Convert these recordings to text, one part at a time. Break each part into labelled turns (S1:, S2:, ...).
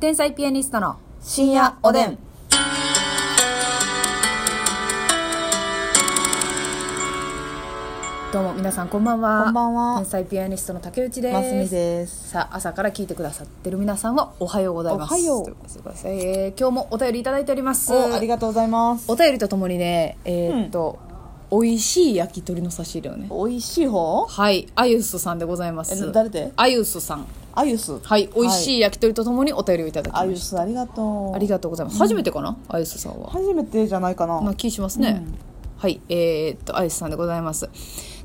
S1: 天才ピアニストの
S2: 深夜おでん。
S1: どうも皆さんこんばんは
S2: こんばんは
S1: 天才ピアニストの竹内です
S2: ますみです。
S1: さあ朝から聞いてくださってる皆さんはおはようございます
S2: おはよう
S1: ということでございますえー今日もお便りいただいております
S2: お、ありがとうございます。
S1: お便りとともにねえーっと、美味しい焼き鳥の差し入れをね
S2: 美味しい方
S1: はいあゆすさんでございます
S2: え誰で
S1: あゆすさん
S2: あゆす。
S1: はい美味し
S2: い。
S1: い焼き鳥とともにお便りをいただきま
S2: あゆ
S1: し
S2: す、ありがと
S1: た
S2: う。
S1: ありがとうございます初めてかなあゆすさんは
S2: 初めてじゃないか
S1: ま
S2: な
S1: あ、。気しますね、はいえーっとあゆすさんでございます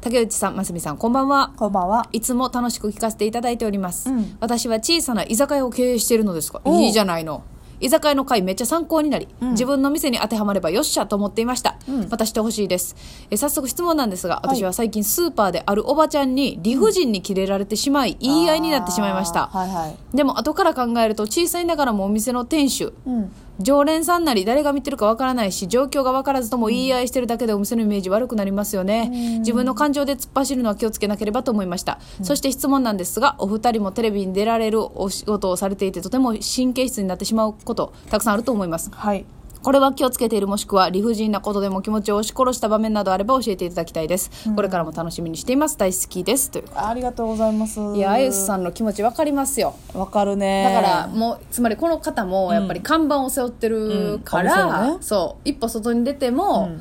S1: 竹内さんますみさんこんばんは
S2: こんばんは。
S1: いつも楽しく聞かせていただいております、
S2: うん
S1: 私は小さな居酒屋を経営しているのですが
S2: おう
S1: いいじゃないの居酒屋の会めっちゃ参考になり、自分の店に当てはまればよっしゃと思っていました、またしてほしいですえ早速質問なんですが
S2: い
S1: 私は最近スーパーであるおばちゃんに理不尽にキレられてしまい、言い合いになってしまいました、
S2: あーはいはい。
S1: でも後から考えると小さいながらもお店の店主、
S2: うん。
S1: 常連さんなり誰が見てるかわからないし状況がわからずとも言い合いしてるだけでお店のイメージ悪くなりますよね、自分の感情で突っ走るのは気をつけなければと思いました、そして質問なんですがお二人もテレビに出られるお仕事をされていてとても神経質になってしまうことたくさんあると思います
S2: はい。
S1: これは気をつけているもしくは理不尽なことでも気持ちを押し殺した場面などあれば教えていただきたいです、これからも楽しみにしています大好きですという
S2: ありがとうございます。
S1: いやあゆすさんの気持ちわかりますよ
S2: わかるね。
S1: だからもうつまりこの方もやっぱり看板を背負ってるから、
S2: うんうん
S1: そう一歩外に出ても、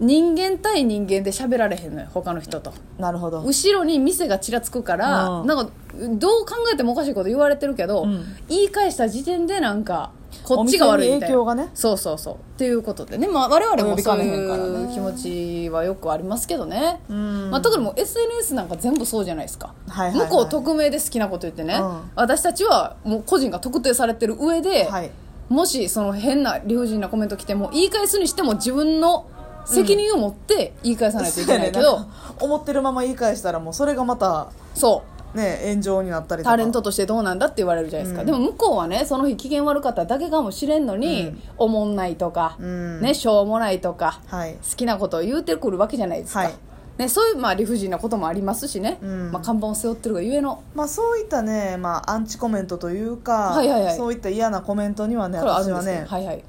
S1: 人間対人間で喋られへんのよ他の人と
S2: なるほど。
S1: 後ろに店がちらつくから、
S2: うん
S1: なんかどう考えてもおかしいこと言われてるけど、言い返した時点でなんかこっちが悪いみたいな
S2: お店に影響がね
S1: そうそうそうっていうことでね、まあ、我々もそう
S2: 及びかねへんから
S1: い
S2: ね
S1: う気持ちはよくありますけどね、まあ、特にもう SNS なんか全部そうじゃないですか、
S2: はいはいはい
S1: 向こう匿名で好きなこと言ってね、
S2: うん
S1: 私たちはもう個人が特定されてる上で、
S2: はい
S1: もしその変な理不尽なコメント来ても言い返すにしても自分の責任を持って言い返さないといけないけど、
S2: そうやねなんか 思ってるまま言い返したらもうそれがまた
S1: そう
S2: ね炎上になったりとか
S1: タレントとしてどうなんだって言われるじゃないですか、でも向こうはねその日機嫌悪かっただけかもしれんのに、おもんないとか、
S2: ん
S1: ね、しょうもないとか、
S2: はい
S1: 好きなことを言うてくるわけじゃないですか、
S2: はい
S1: ね、そういう、まあ、理不尽なこともありますしね、
S2: ん
S1: まあ、看板を背負ってるがゆえの
S2: まあ、そういったね、まあ、アンチコメントというか、
S1: はいはいはい
S2: そういった嫌なコメントにはね
S1: これはあ
S2: 私
S1: るんで
S2: は
S1: すけど
S2: ね、
S1: はいはい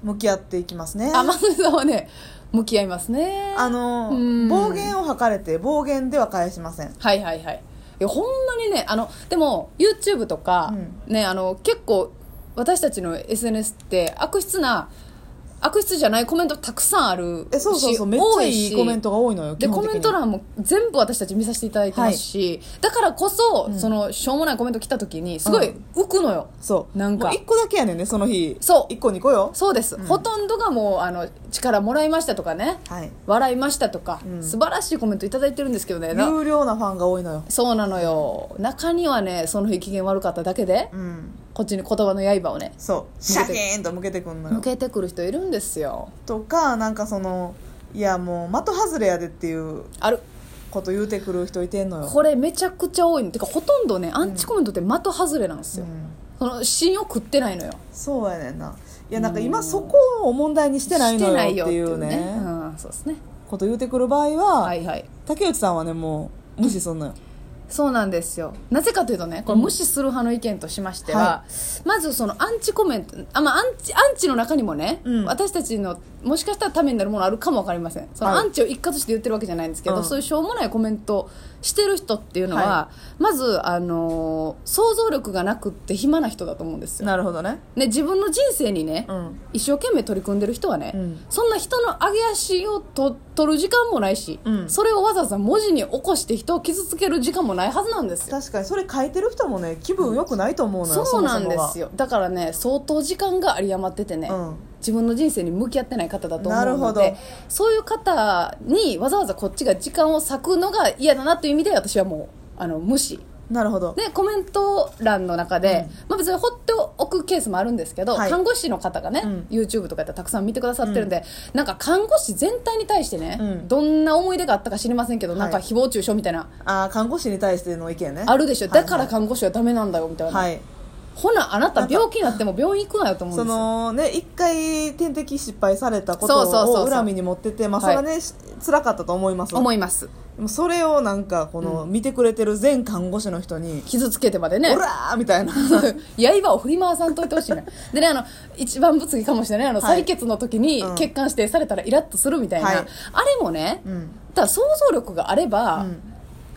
S2: 向き合っていきますね
S1: 天海さんはね向き合いますね
S2: あの
S1: うん
S2: 暴言を吐かれて暴言では返しません
S1: はいはいはいいやほんまにねあのでも YouTube とか、ねあの結構私たちの SNS って悪質な悪質じゃないコメントたくさんあるし
S2: えそうそうそうめっちゃいいコメントが多いのよ
S1: で
S2: 基
S1: コ
S2: 本
S1: メ
S2: 的
S1: ン
S2: に
S1: ト欄も全部私たち見させていただいてますし、だからこそ、そのしょうもないコメント来た時にすごい浮くのよ、
S2: そう
S1: なんか
S2: もう1個だけやねんねその日
S1: そう
S2: 1個2個よ
S1: そうです、ほとんどがもうあの力もらいましたとかね、
S2: はい
S1: 笑いましたとか、素晴らしいコメントいただいてるんですけどねな
S2: 有料なファンが多いのよ
S1: そうなのよ中にはねその日機嫌悪かっただけで、
S2: うん
S1: こっちに言葉の刃をね
S2: そうシ
S1: 向け
S2: ャ
S1: て
S2: キーンと向けてくんのよ
S1: 向けてくる人いるんですよ
S2: とかなんかそのいやもう的外れやでっていう
S1: ある
S2: こと言うてくる人いてんのよ
S1: これめちゃくちゃ多いのてかほとんどねアンチコメントって的外れなんですよ、
S2: うん
S1: その芯を食ってないのよ
S2: そうやねんないやなんか今そこを問題にしてないのよっていう
S1: してないよっていう
S2: ね
S1: うん、そうですね
S2: こと言うてくる場合は、
S1: はいはい
S2: 竹内さんはねもう無視すんのよ
S1: そうなんですよなぜかというとねこれ無視する派の意見としましては、まずそのアンチコメントあ、まあ、アンチアンチの中にもね、
S2: うん
S1: 私たちのもしかしたらためになるものあるかもわかりませんその
S2: はい
S1: アンチを一括して言ってるわけじゃないんですけど、
S2: うん
S1: そういうしょうもないコメントしてる人っていうのは、
S2: は
S1: まず、あのー想像力がなくって暇な人だと思うんですよ、
S2: なるほどね
S1: ね、自分の人生にね、
S2: うん
S1: 一生懸命取り組んでる人はね、
S2: うん
S1: そんな人の上げ足をと取る時間もないし、
S2: うん
S1: それをわざわざ文字に起こして人を傷つける時間もないはずなんですよ
S2: 確かにそれ書いてる人もね気分良くないと思うのよ、
S1: そうなんです
S2: よ
S1: よだからね相当時間が有り余っててね、
S2: うん
S1: 自分の人生に向き合ってない方だと
S2: な
S1: 思
S2: る
S1: う
S2: ほ
S1: の
S2: ど
S1: でそういう方にわざわざこっちが時間を割くのが嫌だなという意味で私はもうあの無視
S2: なるほど
S1: でコメント欄の中で、まあ、別に放っておくケースもあるんですけど、
S2: はい
S1: 看護師の方がね、
S2: うん
S1: YouTube とかやったらたくさん見てくださってるんで、なんか看護師全体に対してね、
S2: うん
S1: どんな思い出があったか知りませんけど、
S2: はい
S1: なんか誹謗中傷みたいな
S2: ああ看護師に対しての意見ね
S1: あるでしょ、
S2: はい
S1: だから看護師はダメなんだよみたいな、
S2: はい
S1: ほなあなた病気になっても病院行くなよと思うん
S2: そ
S1: ですよ
S2: のね一回点滴失敗されたこと
S1: そうそうそうそう
S2: を恨みに持っててまあそれはね、し辛かったと思います
S1: 思います
S2: でもそれをなんかこの、見てくれてる全看護師の人に
S1: 傷つけてまで
S2: 「オ
S1: ね
S2: ラー!」みたいな
S1: 刃を振り回さんといてほしい なでねあの一番物議かもしれないあの、
S2: はい
S1: 採血の時に
S2: うん
S1: 血管指定されたらイラッとするみたいな、
S2: はい
S1: あれもね、
S2: ん
S1: ただ想像力 があれば、
S2: ん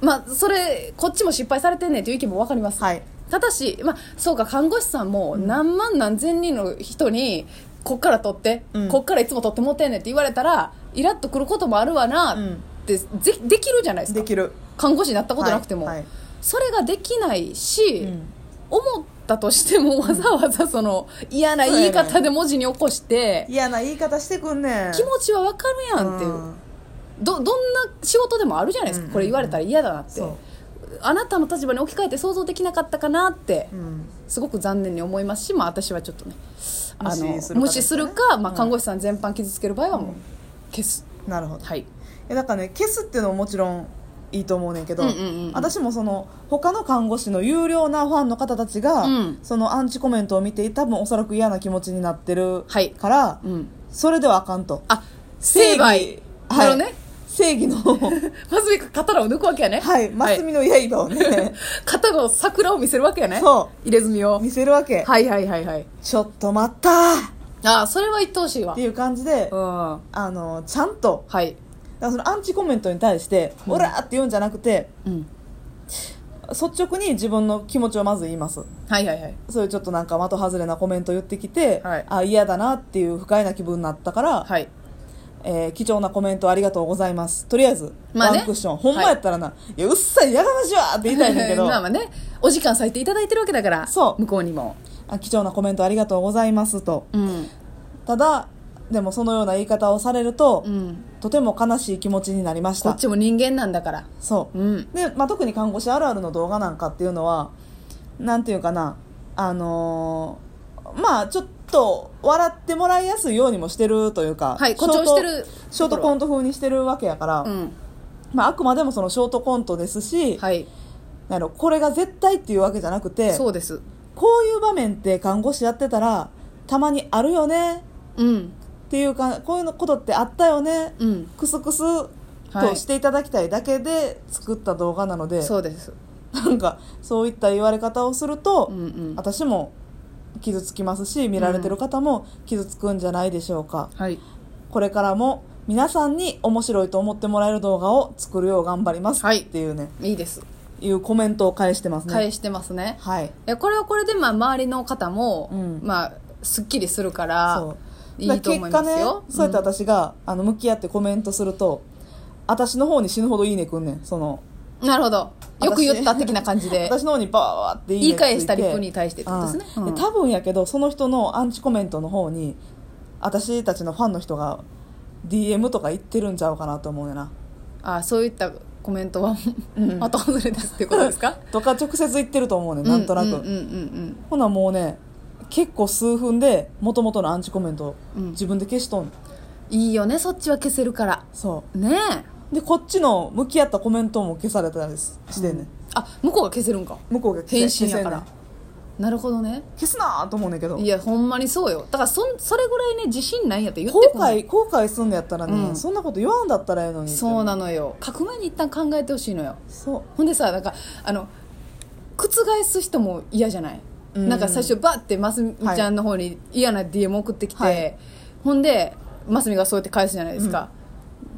S1: まあそれこっちも失敗されてんねんという意見も分かります、
S2: はい
S1: ただし、まあ、そうか看護師さんも何万何千人の人にこっから取って、
S2: うん
S1: こっからいつも取ってもってんねんって言われたらイラッとくることもあるわな
S2: うん
S1: って、でできるじゃないですか
S2: できる
S1: 看護師になったことなくても、
S2: はいはい
S1: それができないし、
S2: うん
S1: 思ったとしてもわざわざその嫌な言い方で文字に起こして、
S2: 嫌な言い方してくんねん
S1: 気持ちはわかるやんっていう、
S2: うん
S1: どどんな仕事でもあるじゃないですか、
S2: うん
S1: これ言われたら嫌だなって
S2: そう
S1: あなたの立場に置き換えて想像できなかったかなって、
S2: うん
S1: すごく残念に思いますし、まあ、私はちょっとねあの
S2: 無視するかですね
S1: 無視するか、まあ、
S2: うん
S1: 看護師さん全般傷つける場合はもう消す、
S2: なるほど
S1: はい
S2: えだからね消すっていうのももちろんいいと思うねんけど、
S1: うんうんうんうん
S2: 私もその他の看護師の有料なファンの方たちが、
S1: うん
S2: そのアンチコメントを見て多分おそらく嫌な気持ちになってる
S1: はい
S2: から、
S1: うん、
S2: それではあかんと
S1: あ成敗
S2: はい
S1: のね
S2: 正義の
S1: まずい刀を抜くわけやね
S2: はいマ スミの刃をね、
S1: 肩の桜を見せるわ けやね
S2: そう
S1: 入れ墨を
S2: 見せるわけ、
S1: はいはいはいはい
S2: ちょっと待ったーっ
S1: ああそれは言ってほしいわ
S2: ていう感じで、
S1: うんは
S2: あのちゃんと
S1: い
S2: だからそのアンチコメントに対して「オラ!」って言うんじゃなくて
S1: うん
S2: 率直に自分の気持ちをまず言います
S1: はいはいはい
S2: そういうちょっとなんか的外れなコメント言ってきて、
S1: はい
S2: あ嫌だなっていう不快な気分になったから、
S1: はい
S2: えー貴重なコメントありがとうございますとりあえず、
S1: まあね
S2: ワンクッションほんまやったらな、い、やうっさいやがましいわって言いたいんだけ ど
S1: まあまあねお時間割いていただいてるわけだから
S2: そう
S1: 向こうにも
S2: あ貴重なコメントありがとうございますと
S1: うん
S2: ただでもそのような言い方をされると、
S1: うん
S2: とても悲しい気持ちになりまし
S1: こ
S2: た
S1: っちも人間なんだから
S2: そう、
S1: うん
S2: で、まあ、特に看護師あるあるの動画なんかっていうのはなんていうかなあのーまあちょっと笑ってもらいやすいようにもしてるというか、
S1: はい
S2: ショート
S1: 誇張してる
S2: ショートコント風にしてるわけやから、
S1: うん
S2: まあ、あくまでもそのショートコントですし、
S1: はい
S2: なんやろこれが絶対っていうわけじゃなくて
S1: そうです
S2: こういう場面って看護師やってたらたまにあるよね
S1: うん
S2: っていうかこういうのことってあったよね、
S1: うん
S2: クスクスとしていただきたいだけで作った動画なので、
S1: そうです
S2: なんかそういった言われ方をすると、
S1: うんうん
S2: 私も傷つきますし見られてる方も傷つくんじゃないでしょうか、
S1: はい
S2: これからも皆さんに面白いと思ってもらえる動画を作るよう頑張ります
S1: はい
S2: っていうね、
S1: いいです
S2: い、うコメントを返してますね
S1: 返してますね
S2: はい
S1: いやこれはこれでまあ周りの方も、
S2: うん
S1: まあすっきりするから
S2: そう
S1: いいと思い
S2: だ
S1: ま
S2: か
S1: す
S2: ら
S1: よ、
S2: 結果ねそうやって私が、あの向き合ってコメントすると私の方に死ぬほどいいねくんねんその
S1: うんなるほどよく言った的な感じで
S2: 私の方にバーっていいね
S1: 言い返
S2: つ
S1: し
S2: いて
S1: たりに対してってことですね、
S2: うん
S1: うん
S2: で多分やけどその人のアンチコメントの方に私たちのファンの人が DM とか言ってるんちゃうかなと思うねんな
S1: あそういったコメントは 後外れですっていうことですか
S2: とか直接言ってると思うねん なんとなく、
S1: うんうんうん
S2: ほなもうね結構数分でもともとのアンチコメントを
S1: うん
S2: 自分で消しとん、
S1: うんいいよねそっちは消せるから
S2: そ
S1: ね
S2: うでこっちの向き合ったコメントも消されたりししてんねん、
S1: えあ向こうが消せるんか
S2: 向こうが消
S1: 返
S2: せ
S1: 信
S2: 消
S1: や
S2: せん
S1: か
S2: ねん
S1: らなるほどね
S2: 消すなーと思うねんけど
S1: いやほんまにそうよだからそんそれぐらいね自信ないんやって言って
S2: 後
S1: こない
S2: 悔後悔すんのやったらね、
S1: うん
S2: そんなこと言わんだったらええのに
S1: そうな
S2: の
S1: のよ書く前に一旦考えてほしいのよ
S2: そう
S1: ほんでさなんかあの覆す人も嫌じゃない、
S2: うん
S1: なんか最初バッてますみちゃんの方に嫌な DM 送ってきて、
S2: はい
S1: ほんでますみがそうやって返すじゃないですか、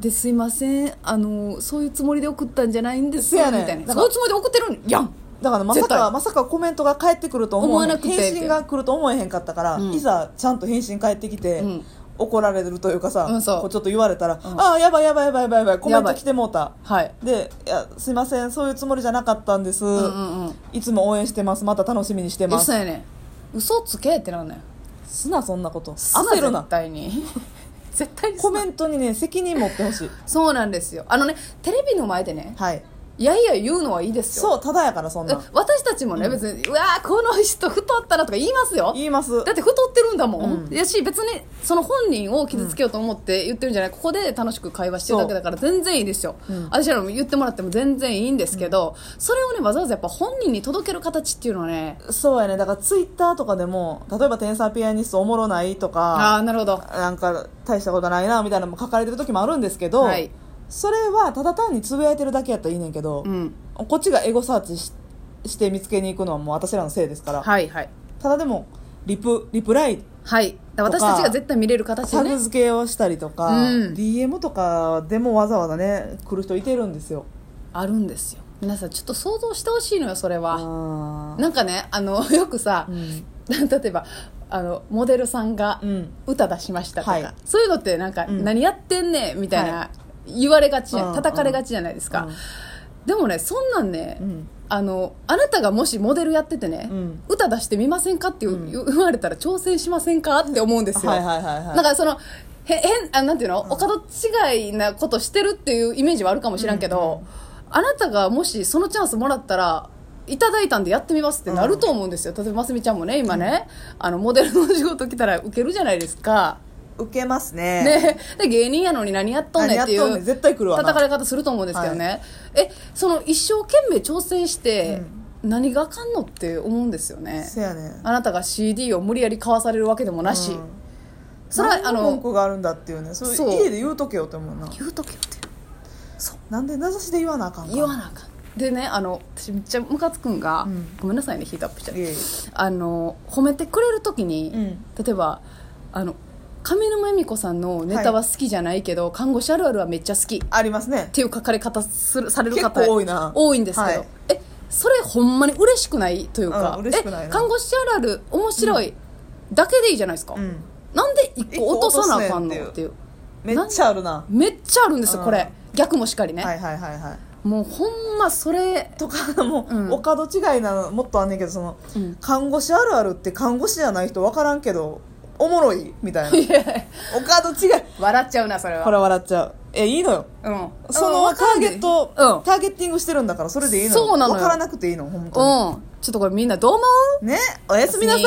S1: ですいませんあのそういうつもりで送ったんじゃないんです
S2: せやねん
S1: みたいな
S2: だから
S1: そういうつもりで送ってるんやん
S2: だからまさ
S1: 絶対
S2: かまさかコメントが返ってくると思わ
S1: 思
S2: な
S1: わなくて
S2: 返信が来ると思えへんかったから、
S1: うん
S2: いざちゃんと返信返ってきて、
S1: うん
S2: 怒られるというかさ、
S1: うんそう
S2: こうちょっと言われたら、ああやばいやばいやばいやばいやばいコメント来てもうた
S1: はい
S2: でいやすいませんそういうつもりじゃなかったんです、
S1: うんうんうん
S2: いつも応援してますまた楽しみにしてま
S1: 嘘
S2: す
S1: やねん嘘つけってなんだよ
S2: すなそんなこと
S1: す
S2: 焦るな
S1: 絶対に 絶対にす
S2: コ
S1: な
S2: メントにね責任持ってほしい
S1: そうなんですよあのねテレビの前でね
S2: はい
S1: いやいや言うのはいいですよ
S2: そうただやからそんなん
S1: え私たちもね別に、うわーこの人太ったなとか言いますよ
S2: 言います
S1: だって太ってるんだもん、
S2: うん
S1: やし別にその本人を傷つけようと思って言ってるんじゃない、ここで楽しく会話してるだけだから全然いいですよ、
S2: うん
S1: 私らも言ってもらっても全然いいんですけど、それをねわざわざやっぱ本人に届ける形っていうのはね
S2: そうやねだからツイッターとかでも例えば「天才ピアニストおもろない」と
S1: ああ
S2: か
S1: ーなるほど
S2: なんか大したことないなみたいなのも書かれてる時もあるんですけど、
S1: はい
S2: それはただ単につぶやいてるだけやったらいいねんけど
S1: う、ん
S2: こっちがエゴサーチしして見つけに行くのはもう私らのせいですから、
S1: はいはい
S2: ただでもリプリプライ
S1: はいだから私
S2: とか
S1: たちが絶対見れる形で
S2: タ
S1: ね
S2: グ付けをしたりとか、
S1: うん
S2: DM とかでもわざわざね来る人いてるんですよ
S1: あるんですよ皆さんちょっと想像してほしいのよそれは、
S2: あ
S1: なんかねあのよくさ、
S2: ーう ん、
S1: 例えばあのモデルさんが
S2: うん
S1: 歌出しましたとか、
S2: はい
S1: そういうのってなんか、
S2: うん
S1: 何やってんねんみたいな、
S2: は
S1: 言われがちじゃん
S2: うん
S1: 叩かれがちじゃないですか、
S2: うん
S1: でもねそんなんね、
S2: うん
S1: あのあなたがもしモデルやっててね、
S2: うん
S1: 歌出してみませんかって言う言われたら挑戦しませんかって思うんですよ、
S2: はいはいはいはい
S1: だからそのへ変あなんていうの、お門違いなことしてるっていうイメージはあるかもしれんけど、あなたがもしそのチャンスもらったらいただいたんでやってみますってなると思うんですよ、例えばますみちゃんもね今ね、あのモデルの仕事来たら受けるじゃないですか、
S2: 受けますね
S1: ね、で芸人やのに何やっとんねんってい
S2: 何やっとんね
S1: うん
S2: 絶対来るわな
S1: 叩かれ方すると思うんですけどね、えその一生懸命挑戦して何があかんのって思うんですよね
S2: せやねん
S1: あなたが CD を無理やり買わされるわけでもなし、
S2: うん
S1: それはあ
S2: 何の文
S1: の
S2: 句があるんだっていうねそれ
S1: そう
S2: 家で言うとけよって思うな
S1: 言うとけよって
S2: なんで名指しで言わなあかんか
S1: 言わなあかんでねあの私めっちゃムカつくんが、
S2: うん
S1: ごめんなさいねヒートアップしちゃっ
S2: いえい
S1: て
S2: え
S1: あの褒めてくれる時に、例えばあの上沼恵美子さんのネタは好きじゃないけど、看護師あるあるはめっちゃ好きっ
S2: ありますね
S1: ていう書かれ方するされる
S2: 結
S1: 方
S2: 構多いな
S1: 多いんですけど、
S2: はい
S1: えそれほんまに嬉しくないというか、
S2: うん嬉しくない
S1: え
S2: な
S1: 看護師あるある面白いだけでいいじゃないですか、
S2: うん
S1: なんで一個落とさなあかん
S2: 一
S1: の
S2: 個
S1: っ
S2: 落と
S1: て
S2: せ
S1: いう
S2: めっちゃあるな
S1: めっちゃあるんですよ、
S2: うん
S1: これ逆もしかりね、
S2: はいはいはいはい
S1: もうほんまそれ
S2: とかも
S1: うん
S2: うお門違いなのもっとあんねんけどその
S1: うん
S2: 看護師あるあるって看護師じゃない人分からんけどおもろいみたいなお門違い
S1: 笑っちゃうなそれは
S2: ほら笑っちゃうえいいのよ
S1: うん
S2: そのターゲット
S1: うん
S2: ターゲッティングしてるんだからそれでいいの
S1: そうなのよ
S2: 分からなくていいの本当
S1: うんちょっとこれみんなどう思う
S2: にねおやすみなさい